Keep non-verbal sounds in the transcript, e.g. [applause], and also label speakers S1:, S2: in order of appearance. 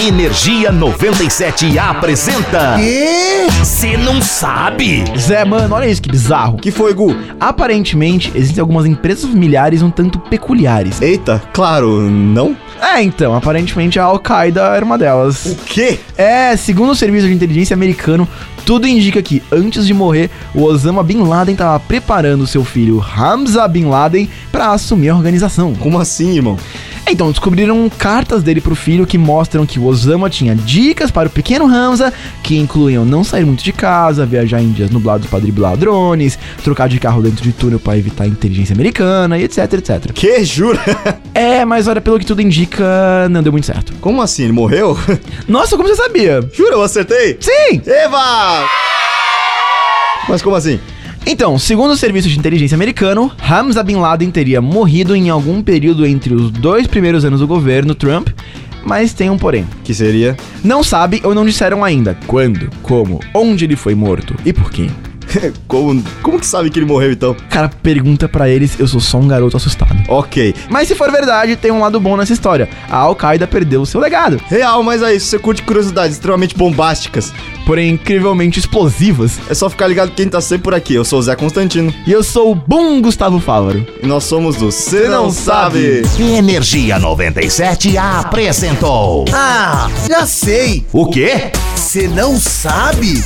S1: Energia 97 apresenta.
S2: Quê?
S1: Você não sabe?
S2: Zé, mano, olha isso que bizarro.
S3: Que foi, Gu?
S2: Aparentemente, existem algumas empresas familiares um tanto peculiares.
S3: Eita, claro, não?
S2: É, então, aparentemente a Al-Qaeda era uma delas.
S3: O quê?
S2: É, segundo o serviço de inteligência americano, tudo indica que antes de morrer, o Osama Bin Laden estava preparando seu filho Hamza Bin Laden para assumir a organização.
S3: Como assim, irmão?
S2: Então, descobriram cartas dele pro filho que mostram que o Osama tinha dicas para o pequeno Hamza, que incluíam não sair muito de casa, viajar em dias nublados para driblar drones, trocar de carro dentro de túnel para evitar a inteligência americana, e etc, etc.
S3: Que? Jura? [laughs]
S2: É, mas olha, pelo que tudo indica, não deu muito certo.
S3: Como assim? Ele morreu? [laughs]
S2: Nossa, como você sabia?
S3: Jura, eu acertei?
S2: Sim!
S3: Eva! Mas como assim?
S2: Então, segundo o serviço de inteligência americano, Hamza Bin Laden teria morrido em algum período entre os dois primeiros anos do governo Trump, mas tem um porém.
S3: Que seria? [laughs]
S2: Não sabe ou não disseram ainda quando, como, onde ele foi morto e por quê.
S3: Como, como que sabe que ele morreu então?
S2: Cara, pergunta pra eles, eu sou só um garoto assustado.
S3: Ok.
S2: Mas se for verdade, tem um lado bom nessa história. A Al-Qaeda perdeu o seu legado,
S3: Real, mas é isso. Você curte curiosidades extremamente bombásticas.
S2: porém incrivelmente explosivas.
S3: É só ficar ligado quem tá sempre por aqui. Eu sou o Zé Constantino.
S2: E eu sou o bom Gustavo Fávaro.
S3: E nós somos do Você Não Sabe.
S1: Energia 97 apresentou.
S4: Ah, já sei!
S1: O quê?
S4: Você não sabe?